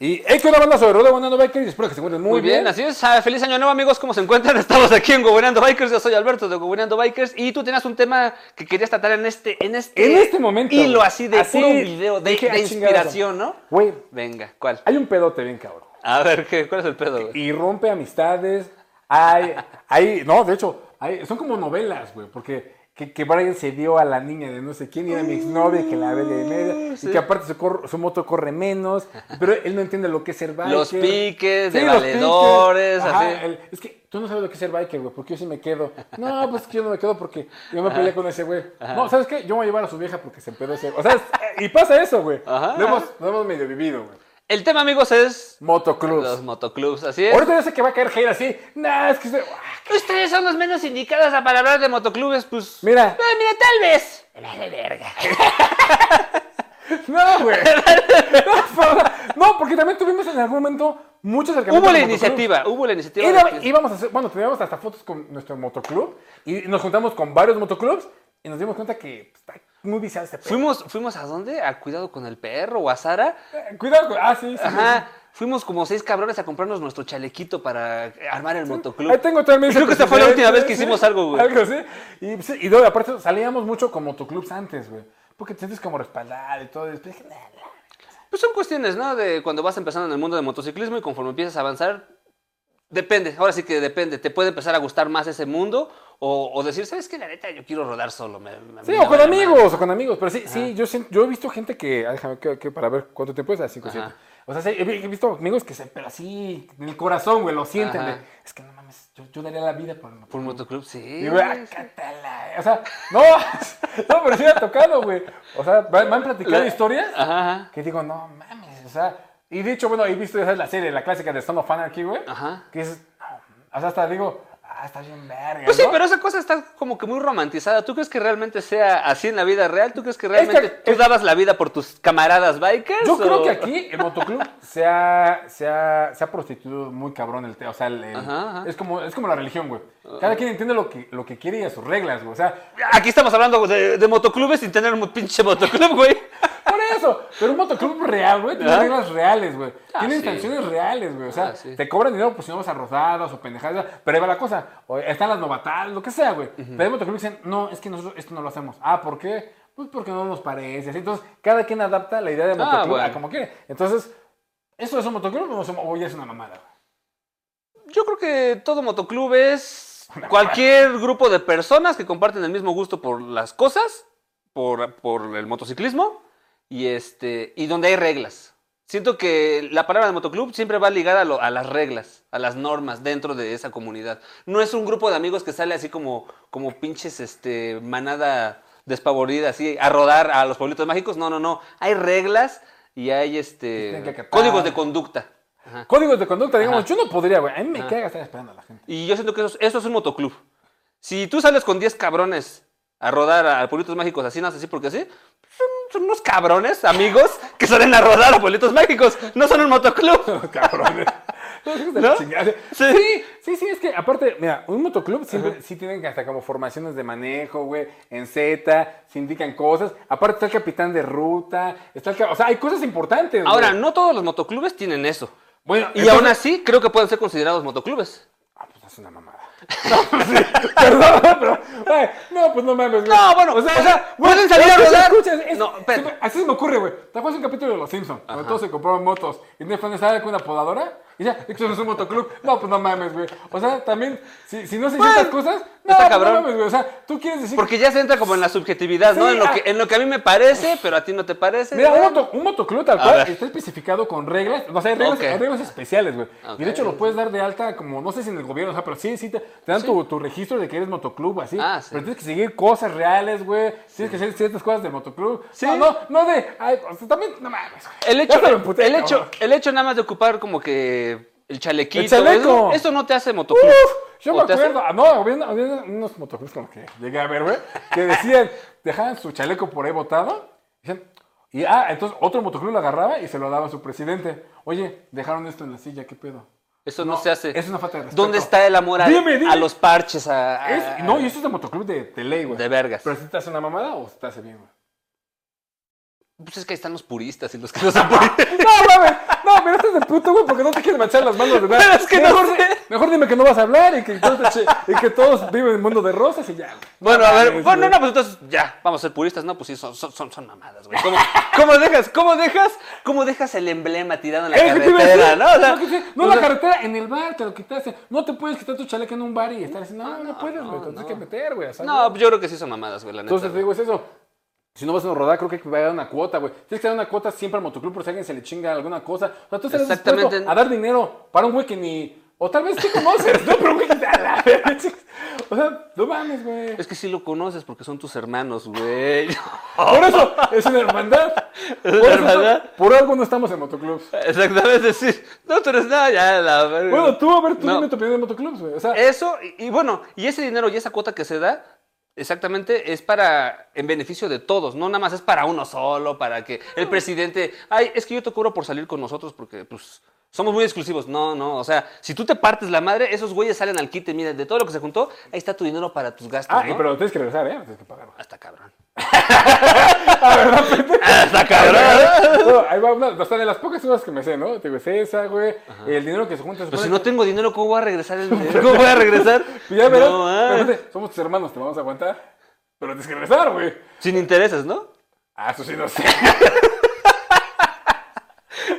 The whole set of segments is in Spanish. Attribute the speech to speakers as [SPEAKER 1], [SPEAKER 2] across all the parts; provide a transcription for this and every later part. [SPEAKER 1] Y hecho una banda sobre Rodo Guanando Bikers. Espero que se encuentren muy,
[SPEAKER 2] Muy bien, así es. Ah, Feliz año nuevo, amigos. ¿Cómo se encuentran? Estamos aquí en Gobernando Bikers. Yo soy Alberto de Gobernando Bikers. Y tú tenías un tema que querías tratar en este, en este,
[SPEAKER 1] En este momento.
[SPEAKER 2] hilo así de
[SPEAKER 1] así
[SPEAKER 2] puro video, de,
[SPEAKER 1] dije,
[SPEAKER 2] de
[SPEAKER 1] "Ah, chingadazo".
[SPEAKER 2] inspiración, ¿no?
[SPEAKER 1] Güey,
[SPEAKER 2] Venga, ¿cuál?
[SPEAKER 1] hay un pedote bien cabrón.
[SPEAKER 2] A ver, ¿qué, ¿cuál es el pedo, güey?
[SPEAKER 1] Y rompe amistades. Hay, hay, no, de hecho, hay- son como novelas, güey, porque que, que Brian se dio a la niña de no sé quién, y era mi exnovia, que la ve de media,
[SPEAKER 2] sí.
[SPEAKER 1] y que aparte su, cor- su moto corre menos, pero él no entiende lo que es ser biker.
[SPEAKER 2] Los piques de
[SPEAKER 1] los
[SPEAKER 2] valedores,
[SPEAKER 1] piques. Ajá,
[SPEAKER 2] así.
[SPEAKER 1] el- es que tú no sabes lo que es ser biker, güey, porque yo sí me quedo. No, pues es que yo no me quedo porque yo me peleé con ese güey. No, ¿sabes qué? Yo me voy a llevar a su vieja porque se empedó ese O sea, es- y pasa eso, güey.
[SPEAKER 2] Ajá.
[SPEAKER 1] Lo hemos, lo hemos medio vivido, güey.
[SPEAKER 2] El tema, amigos, es
[SPEAKER 1] Motoclubs.
[SPEAKER 2] los motoclubs, así es.
[SPEAKER 1] Ahorita ya sé que va a caer hate así. Nah, es que. se- ah,
[SPEAKER 2] Ustedes son los menos indicados a- para hablar de motoclubes, pues...
[SPEAKER 1] Mira.
[SPEAKER 2] Eh, mira, tal vez. La de verga.
[SPEAKER 1] No, güey. No, por- no, porque también tuvimos en algún momento muchos acercamientos.
[SPEAKER 2] Hubo la
[SPEAKER 1] con motoclubs.
[SPEAKER 2] iniciativa, hubo la iniciativa.
[SPEAKER 1] Era-
[SPEAKER 2] de que-
[SPEAKER 1] íbamos a hacer, bueno, teníamos hasta fotos con nuestro motoclub y nos juntamos con varios motoclubs y nos dimos cuenta que pues, está muy viciado este pedo.
[SPEAKER 2] Fuimos, fuimos a dónde? A Cuidado con el Perro o a Sara.
[SPEAKER 1] Eh, Cuidado con. Ah, sí, sí, sí.
[SPEAKER 2] Ajá. Fuimos como seis cabrones a comprarnos nuestro chalequito para eh, armar el motoclub.
[SPEAKER 1] Ahí tengo también.
[SPEAKER 2] Creo que esta fue la última vez que
[SPEAKER 1] Sí,
[SPEAKER 2] hicimos algo, güey.
[SPEAKER 1] Algo así. Y, pues, sí, y luego, aparte, salíamos mucho con motoclubs antes, güey. Porque te sientes como respaldado y todo. Y después dije, nah, nah.
[SPEAKER 2] Pues son cuestiones, ¿no? De cuando vas empezando en el mundo del motociclismo y conforme empiezas a avanzar, depende. Ahora sí que depende. Te puede empezar a gustar más ese mundo o, o decir, ¿sabes qué? La neta, yo quiero rodar solo. me- me- a
[SPEAKER 1] Sí,
[SPEAKER 2] mí
[SPEAKER 1] o
[SPEAKER 2] no
[SPEAKER 1] con
[SPEAKER 2] vale madre".
[SPEAKER 1] amigos, o con amigos. Pero sí, sí, yo, sien- yo he visto gente que. ah, Déjame que, que para ver cuánto tiempo es, a 5 7.
[SPEAKER 2] Ajá.
[SPEAKER 1] O sea, sí, he, vi- he visto amigos que se. Pero así, en el corazón, güey, lo sienten.
[SPEAKER 2] Ajá.
[SPEAKER 1] de, es que no mames, yo, yo daría la vida por el
[SPEAKER 2] Por un motoclub, sí.
[SPEAKER 1] Y güey, ah, cátala. O sea, no, no, pero sí me ha tocado, güey. O sea, van van platicando
[SPEAKER 2] La-
[SPEAKER 1] historias
[SPEAKER 2] Ajá.
[SPEAKER 1] que digo, no mames, o sea. Y de hecho, bueno, he visto esa es la serie, la clásica de Son of Anarchy, güey.
[SPEAKER 2] Ajá.
[SPEAKER 1] Que es. O sea, hasta digo, ah, está bien verga.
[SPEAKER 2] Pues sí,
[SPEAKER 1] ¿no?
[SPEAKER 2] pero esa cosa está como que muy romantizada. ¿Tú crees que realmente sea así en la vida real? ¿Tú crees que realmente tú
[SPEAKER 1] Este, es-
[SPEAKER 2] dabas la vida por tus camaradas bikers?
[SPEAKER 1] Yo creo
[SPEAKER 2] o-
[SPEAKER 1] que aquí el motoclub se ha, se ha, se ha prostituido muy cabrón el tema. O sea, el- el-
[SPEAKER 2] Ajá, ajá.
[SPEAKER 1] Es, como, es como la religión, güey. Cada quien entiende lo que, lo que quiere y a sus reglas, güey. O sea,
[SPEAKER 2] Aquí estamos hablando de, de motoclubes sin tener un pinche motoclub, güey.
[SPEAKER 1] por eso. Pero un motoclub real, güey, tiene
[SPEAKER 2] Ajá.
[SPEAKER 1] reglas reales, güey.
[SPEAKER 2] Ah,
[SPEAKER 1] Tienen
[SPEAKER 2] sí.
[SPEAKER 1] canciones reales, güey. O sea,
[SPEAKER 2] Ah, sí.
[SPEAKER 1] te cobran dinero por si no vas a rodadas o pendejadas. Pero ahí va la cosa. O están las novatadas, lo que sea, güey. Pero el motoclub dicen, no, es que nosotros esto no lo hacemos. Ah, ¿por qué? Pues porque no nos parece. así. Entonces, cada quien adapta la idea de motoclub a
[SPEAKER 2] Ah, bueno.
[SPEAKER 1] como quiere. Entonces, ¿eso es un motoclub o no es un- o ya es una mamada, güey?
[SPEAKER 2] Yo creo que todo motoclub es cualquier grupo de personas que comparten el mismo gusto por las cosas, por, por el motociclismo y, este, y donde hay reglas. Siento que la palabra de motoclub siempre va ligada a, lo- a las reglas, a las normas dentro de esa comunidad. No es un grupo de amigos que sale así como, como pinches este, manada despavorida, así a rodar a los pueblitos mágicos. No, no, no. Hay reglas y hay
[SPEAKER 1] tienen que
[SPEAKER 2] este,
[SPEAKER 1] acatar.
[SPEAKER 2] códigos de conducta. Ajá.
[SPEAKER 1] Códigos de conducta, digamos,
[SPEAKER 2] Ajá.
[SPEAKER 1] yo no podría, güey. A mí me
[SPEAKER 2] Ajá.
[SPEAKER 1] caga estar esperando a la gente.
[SPEAKER 2] Y yo siento que eso, es- eso es un motoclub. Si tú sales con 10 cabrones a rodar a, Pueblitos Mágicos así, no así porque así, son, son unos cabrones, amigos, que salen a rodar a Pueblitos Mágicos. No son un motoclub.
[SPEAKER 1] Los cabrones. Los hijos de la
[SPEAKER 2] ¿No?
[SPEAKER 1] chingada.
[SPEAKER 2] Sí.
[SPEAKER 1] Sí, sí, sí, es que aparte, mira, un motoclub siempre sí tienen hasta como formaciones de manejo, güey, en Z, se indican cosas. Aparte está el capitán de ruta, está el, ca- o sea, hay cosas importantes. güey.
[SPEAKER 2] Ahora, no todos los motoclubes tienen eso.
[SPEAKER 1] bueno,
[SPEAKER 2] Y
[SPEAKER 1] entonces-
[SPEAKER 2] aún así, creo que pueden ser considerados motoclubes.
[SPEAKER 1] Ah, pues es una mamada. No, pues, sí, perdón, pero, güey, no, pues no mames. güey.
[SPEAKER 2] No, bueno, o sea,
[SPEAKER 1] güey,
[SPEAKER 2] pueden salir a
[SPEAKER 1] escucha,
[SPEAKER 2] rodar.
[SPEAKER 1] escucha, es-
[SPEAKER 2] No,
[SPEAKER 1] se
[SPEAKER 2] espérate.
[SPEAKER 1] me- así se me ocurre, güey. ¿Te acuerdas de un capítulo de Los Simpsons? Cuando todos se compraron motos y Nefan estaba con una podadora y ya, esto es un motoclub. No, pues no mames, güey. O sea, también, si, si no se hicieron
[SPEAKER 2] Bueno,
[SPEAKER 1] estas cosas, no,
[SPEAKER 2] está
[SPEAKER 1] pues,
[SPEAKER 2] cabrón.
[SPEAKER 1] no mames, güey. O sea, tú quieres decir.
[SPEAKER 2] Porque ya se entra como en la subjetividad, ¿no?
[SPEAKER 1] Sí,
[SPEAKER 2] En lo,
[SPEAKER 1] ah.
[SPEAKER 2] que, en lo que a mí me parece, pero a ti no te parece.
[SPEAKER 1] Mira, un,
[SPEAKER 2] Bueno,
[SPEAKER 1] moto- un motoclub tal
[SPEAKER 2] A
[SPEAKER 1] cual
[SPEAKER 2] ver.
[SPEAKER 1] está especificado con reglas. No sé, hay reglas,
[SPEAKER 2] Ok.
[SPEAKER 1] hay reglas especiales, güey. Y
[SPEAKER 2] Ok.
[SPEAKER 1] de hecho lo puedes dar de alta, como no sé si en el gobierno, o sea, pero sí, sí, te, te dan tu, tu registro de que eres motoclub, así.
[SPEAKER 2] Ah, sí.
[SPEAKER 1] Pero tienes que seguir cosas reales, güey. Tienes que hacer ciertas cosas del motoclub.
[SPEAKER 2] Sí.
[SPEAKER 1] No, no, no de. Ay, o sea, también, no mames, güey.
[SPEAKER 2] El
[SPEAKER 1] Ya hasta
[SPEAKER 2] hecho,
[SPEAKER 1] me emputé,
[SPEAKER 2] el,
[SPEAKER 1] cabrón.
[SPEAKER 2] hecho, el hecho nada más de ocupar como que el chalequito.
[SPEAKER 1] El chaleco.
[SPEAKER 2] Eso, eso no te hace motoclub.
[SPEAKER 1] Uf, yo
[SPEAKER 2] ¿O
[SPEAKER 1] me
[SPEAKER 2] te hace?
[SPEAKER 1] acuerdo. Ah, no, había, había unos motoclubs como que llegué a ver, güey, que decían, dejaban su chaleco por ahí botado. Decían, y ah, entonces otro motoclub lo agarraba y se lo daba a su presidente. Oye, dejaron esto en la silla, ¿qué pedo?
[SPEAKER 2] Eso no, se hace.
[SPEAKER 1] Es una falta de respeto.
[SPEAKER 2] ¿Dónde está el amor a,
[SPEAKER 1] Dime, dime.
[SPEAKER 2] a los parches? A, a-
[SPEAKER 1] Es- no, y esto es de motoclub de, de ley, güey.
[SPEAKER 2] Ah. De vergas.
[SPEAKER 1] Pero si te hace una mamada o si te hace bien, güey.
[SPEAKER 2] Pues es que ahí están los puristas y los que no son puristas.
[SPEAKER 1] No, mames. No, pero estás de puto, güey, porque no te quieres manchar las manos de nada.
[SPEAKER 2] Pero es que no
[SPEAKER 1] mejor,
[SPEAKER 2] sé.
[SPEAKER 1] mejor dime que no vas a hablar y que, todo te che- y que todos viven en el mundo de rosas y ya, güey.
[SPEAKER 2] Bueno, a ver,
[SPEAKER 1] mames,
[SPEAKER 2] bueno,
[SPEAKER 1] güey.
[SPEAKER 2] no, pues entonces ya, vamos a ser puristas, no, pues sí, son, son, son, son mamadas, güey. ¿Cómo, cómo dejas, cómo dejas, cómo dejas el emblema tirado en la
[SPEAKER 1] Es lo que te iba a
[SPEAKER 2] carretera,
[SPEAKER 1] decir,
[SPEAKER 2] no? O sea,
[SPEAKER 1] es lo que te- no
[SPEAKER 2] o
[SPEAKER 1] la
[SPEAKER 2] sea,
[SPEAKER 1] carretera, en el bar te lo quitaste. No te puedes quitar tu chaleco en un bar y estar diciendo, no, no, puedes, güey, te tienes que meter, güey. o sea,
[SPEAKER 2] No, yo creo que sí son mamadas, güey, la neta.
[SPEAKER 1] Entonces, te digo, es eso. Si no vas a rodar, creo que hay que dar una cuota, güey. Tienes que dar una cuota siempre al motoclub por si a alguien se le chinga alguna cosa. O sea, tú estás
[SPEAKER 2] Exactamente.
[SPEAKER 1] dispuesto a dar dinero para un güey que ni... O tal vez te conoces, ¿no? Pero un güey que... a la verga, chicos. O sea, no mames, güey.
[SPEAKER 2] Es que sí lo conoces porque son tus hermanos, güey.
[SPEAKER 1] Por eso es una hermandad. Por, eso,
[SPEAKER 2] hermandad.
[SPEAKER 1] por algo no estamos en motoclubs.
[SPEAKER 2] Exactamente, sí. No, tú eres nada, ya, la verga.
[SPEAKER 1] Bueno, tú, a ver, tú
[SPEAKER 2] No.
[SPEAKER 1] dime tu opinión de motoclubs, güey. O sea,
[SPEAKER 2] Eso, y, y bueno, y ese dinero y esa cuota que se da, exactamente, es para, en beneficio de todos, no nada más es para uno solo, para que el presidente, ay, es que yo te cobro por salir con nosotros porque, pues, somos muy exclusivos. No, no, o sea, si tú te partes la madre, esos güeyes salen al quite, mira, de todo lo que se juntó, ahí está tu dinero para tus gastos,
[SPEAKER 1] ah, y
[SPEAKER 2] ¿no?
[SPEAKER 1] pero tienes que regresar, ¿eh? Tienes que pagar. güey.
[SPEAKER 2] Hasta cabrón.
[SPEAKER 1] Ah,
[SPEAKER 2] Hasta cabrón.
[SPEAKER 1] No, ahí va una, hasta de las pocas cosas que me sé, ¿no? Te digo, es esa, güey. El dinero que se junta... se
[SPEAKER 2] Pero
[SPEAKER 1] pone-
[SPEAKER 2] si no tengo dinero, ¿cómo voy a regresar? el- ¿Cómo voy a regresar?
[SPEAKER 1] Pues ya verás,
[SPEAKER 2] No, ah,
[SPEAKER 1] pero fíjate, somos tus hermanos, te vamos a aguantar. Pero tienes que regresar, güey.
[SPEAKER 2] sin intereses, ¿no?
[SPEAKER 1] Ah, eso sí no sé.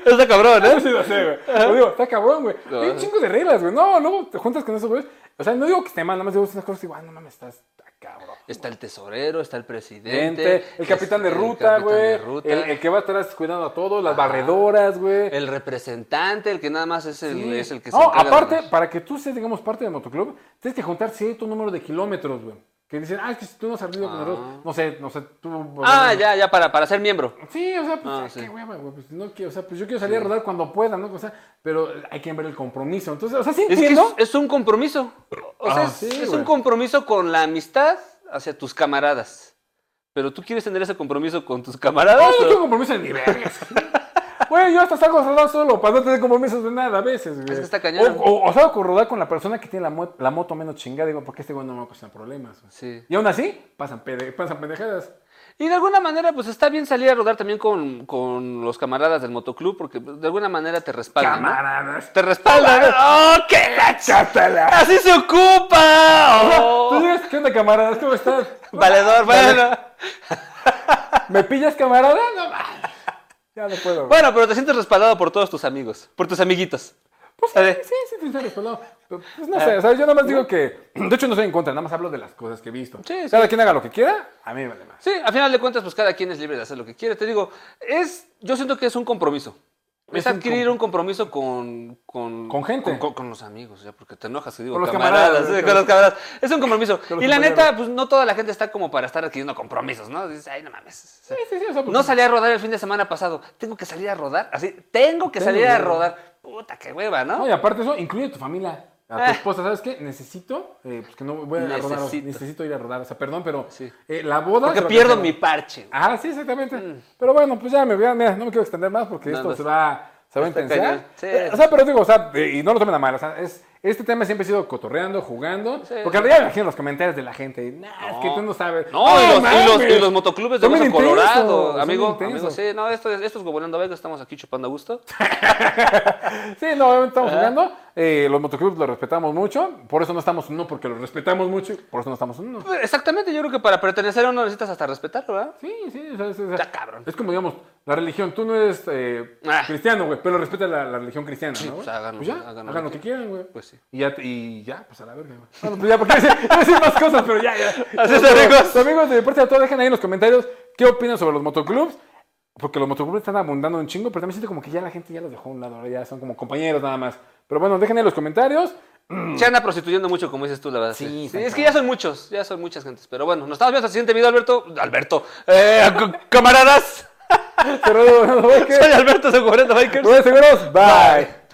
[SPEAKER 2] Está cabrón, ¿eh?
[SPEAKER 1] Eso sí no sé, güey. Pero digo, está cabrón, güey.
[SPEAKER 2] No,
[SPEAKER 1] Hay
[SPEAKER 2] ajá.
[SPEAKER 1] un chingo de reglas, güey. No, luego te juntas con esos güeyes. O sea, no digo que esté mal, nada más digo unas cosas igual, no mames, estás está cabrón.
[SPEAKER 2] Está el tesorero, está el presidente.
[SPEAKER 1] Gente, el capitán de
[SPEAKER 2] es- el
[SPEAKER 1] ruta,
[SPEAKER 2] capitán
[SPEAKER 1] güey.
[SPEAKER 2] de
[SPEAKER 1] El,
[SPEAKER 2] ruta,
[SPEAKER 1] el que va atrás cuidando a todos, las barredoras, güey.
[SPEAKER 2] el representante, el que nada más es el,
[SPEAKER 1] Sí.
[SPEAKER 2] es el que se
[SPEAKER 1] No,
[SPEAKER 2] encarga de
[SPEAKER 1] aparte,
[SPEAKER 2] los-
[SPEAKER 1] para que tú seas, digamos, parte del motoclub, tienes que juntar cierto número de kilómetros, güey. Que dicen, ah, es que si tú no has salido con nosotros, no sé, no sé, tú...
[SPEAKER 2] Ah, ya, ya, para, para ser miembro.
[SPEAKER 1] Sí, o sea, pues,
[SPEAKER 2] Ah,
[SPEAKER 1] ay,
[SPEAKER 2] sí.
[SPEAKER 1] qué hueva, güey. Pues, no quiero, o sea, pues yo quiero salir a rodar cuando pueda, ¿no? O sea, pero hay que ver el compromiso. Entonces, o sea, sí
[SPEAKER 2] Es que es,
[SPEAKER 1] entiendo.
[SPEAKER 2] es un compromiso. O sea,
[SPEAKER 1] Ah,
[SPEAKER 2] es,
[SPEAKER 1] sí,
[SPEAKER 2] es
[SPEAKER 1] güey.
[SPEAKER 2] un compromiso con la amistad hacia tus camaradas. Pero tú quieres tener ese compromiso con tus camaradas.
[SPEAKER 1] Ay,
[SPEAKER 2] o-
[SPEAKER 1] Ah, no quiero compromiso de niveles. Güey, yo hasta salgo a rodar solo para no tener compromisos de nada a veces, güey.
[SPEAKER 2] Es que está cañón.
[SPEAKER 1] O, o, o salgo a rodar con la persona que tiene la, mo- la moto menos chingada, digo, porque este güey no me va a causar problemas. güey.
[SPEAKER 2] Sí.
[SPEAKER 1] Y aún así, pasan, pede- pasan pendejadas.
[SPEAKER 2] Y de alguna manera, pues está bien salir a rodar también con, con los camaradas del motoclub, porque pues, de alguna manera te respaldan. ¿no?
[SPEAKER 1] Camaradas.
[SPEAKER 2] Te respaldan. ¿no? ¡Oh, qué la ch-
[SPEAKER 1] ¡Chátala!
[SPEAKER 2] ¡Así se ocupa! Oh.
[SPEAKER 1] Tú digas, ¿qué onda, camaradas? ¿Cómo estás?
[SPEAKER 2] Valedor, bueno.
[SPEAKER 1] ¿Me pillas, camarada? No, mames. ya no puedo. güey.
[SPEAKER 2] Bueno, pero te sientes respaldado por todos tus amigos, por tus amiguitos.
[SPEAKER 1] Pues sí,
[SPEAKER 2] ¿Sabe?
[SPEAKER 1] sí, sí, te entiendo, pero no. pero, Pues
[SPEAKER 2] Ah.
[SPEAKER 1] no sé, o sea, yo nada más digo que. De hecho, no estoy en contra, nada más hablo de las cosas que he visto.
[SPEAKER 2] Sí, sí.
[SPEAKER 1] Cada quien haga lo que quiera, a mí me vale más.
[SPEAKER 2] Sí, a final de cuentas, pues cada quien es libre de hacer lo que quiere. Te digo, es, yo siento que es un compromiso. Es,
[SPEAKER 1] Es un
[SPEAKER 2] adquirir un compromiso con, con,
[SPEAKER 1] Con gente.
[SPEAKER 2] Con, con los amigos, ya, porque te enojas, te digo,
[SPEAKER 1] Con los
[SPEAKER 2] camaradas,
[SPEAKER 1] camaradas,
[SPEAKER 2] sí,
[SPEAKER 1] con
[SPEAKER 2] con los camaradas. Es un compromiso.
[SPEAKER 1] los
[SPEAKER 2] Y la
[SPEAKER 1] compañeros.
[SPEAKER 2] neta, pues no toda la gente está como para estar adquiriendo compromisos, ¿no? Dices, ay, no mames. O sea,
[SPEAKER 1] Sí, sí, sí, o sea, pues,
[SPEAKER 2] No salí a rodar el fin de semana pasado. Tengo que salir a rodar. Así, tengo que
[SPEAKER 1] Tengo
[SPEAKER 2] salir
[SPEAKER 1] que
[SPEAKER 2] a
[SPEAKER 1] ir.
[SPEAKER 2] rodar. Puta, qué hueva,
[SPEAKER 1] no,
[SPEAKER 2] ¿no?
[SPEAKER 1] y aparte eso, incluye a tu familia. A
[SPEAKER 2] Ah.
[SPEAKER 1] tu esposa, ¿sabes qué? Necesito, eh, pues que no voy a rodar,
[SPEAKER 2] Necesito.
[SPEAKER 1] necesito ir a rodar, o sea, perdón, pero
[SPEAKER 2] Sí.
[SPEAKER 1] eh, la boda...
[SPEAKER 2] Porque
[SPEAKER 1] se va a
[SPEAKER 2] pierdo
[SPEAKER 1] cancelar.
[SPEAKER 2] mi parche.
[SPEAKER 1] Ah, sí, exactamente. Pero bueno, pues ya me voy a, mira, no me quiero extender más porque
[SPEAKER 2] Mm. No,
[SPEAKER 1] esto
[SPEAKER 2] no.
[SPEAKER 1] se va, se va a
[SPEAKER 2] Está
[SPEAKER 1] intensiar.
[SPEAKER 2] cañón. Sí,
[SPEAKER 1] Eh,
[SPEAKER 2] sí,
[SPEAKER 1] o sea, pero digo, o sea, eh, y no lo tomen a mal, o sea, es, este tema siempre ha sido cotorreando, jugando,
[SPEAKER 2] Sí.
[SPEAKER 1] porque en realidad me imagino los comentarios de la gente, nah, es que tú no sabes.
[SPEAKER 2] No, y, los, y los-
[SPEAKER 1] mames!
[SPEAKER 2] y los motoclubes de
[SPEAKER 1] Son bien
[SPEAKER 2] Hueso Colorado,
[SPEAKER 1] intensos,
[SPEAKER 2] amigo.
[SPEAKER 1] son bien
[SPEAKER 2] Amigo,
[SPEAKER 1] intensos.
[SPEAKER 2] sí, no, esto es, esto es Goboleando Vegas, estamos aquí chupando a gusto.
[SPEAKER 1] Sí, no, obviamente estamos jugando, eh, los motoclubes los respetamos mucho, por eso no estamos en uno, porque los respetamos mucho, y por eso no estamos en uno.
[SPEAKER 2] Exactamente, yo creo que para pertenecer a uno necesitas hasta respetarlo, ¿verdad?
[SPEAKER 1] Sí, sí, o sea, es, o sea,
[SPEAKER 2] Está cabrón.
[SPEAKER 1] es como, digamos, la religión. Tú no eres eh,
[SPEAKER 2] Ah.
[SPEAKER 1] cristiano, güey, pero respeta la, la religión cristiana, ¿no?
[SPEAKER 2] pues,
[SPEAKER 1] güey?
[SPEAKER 2] hagan lo
[SPEAKER 1] Pues ya,
[SPEAKER 2] que- hagan
[SPEAKER 1] hagan,
[SPEAKER 2] lo
[SPEAKER 1] lo
[SPEAKER 2] que
[SPEAKER 1] que quieran, güey.
[SPEAKER 2] Pues sí.
[SPEAKER 1] Y ya, y ya, pues a la verga, güey. Bueno, pues ya, porque iba a decir- iba a decir más cosas, pero ya, ya.
[SPEAKER 2] Así es,
[SPEAKER 1] Pero,
[SPEAKER 2] amigos.
[SPEAKER 1] Amigos de Deporte de Todo, dejen ahí en los comentarios qué opinan sobre los motoclubs. Porque los motoclubs están abundando un chingo, pero también siento como que ya la gente ya los dejó a un lado, ahora ya son como compañeros nada más. Pero bueno, dejen ahí en los comentarios.
[SPEAKER 2] Se anda prostituyendo mucho, como dices tú, la verdad.
[SPEAKER 1] Mm. Sí,
[SPEAKER 2] Sí,
[SPEAKER 1] está
[SPEAKER 2] es que
[SPEAKER 1] cabrón.
[SPEAKER 2] ya son muchos, ya son muchas gentes. Pero bueno, nos estamos viendo hasta el siguiente video, Alberto. Alberto, eh, c- camaradas.
[SPEAKER 1] Pero, bueno,
[SPEAKER 2] Soy Alberto de Goboleando Bikers.
[SPEAKER 1] seguros, bye.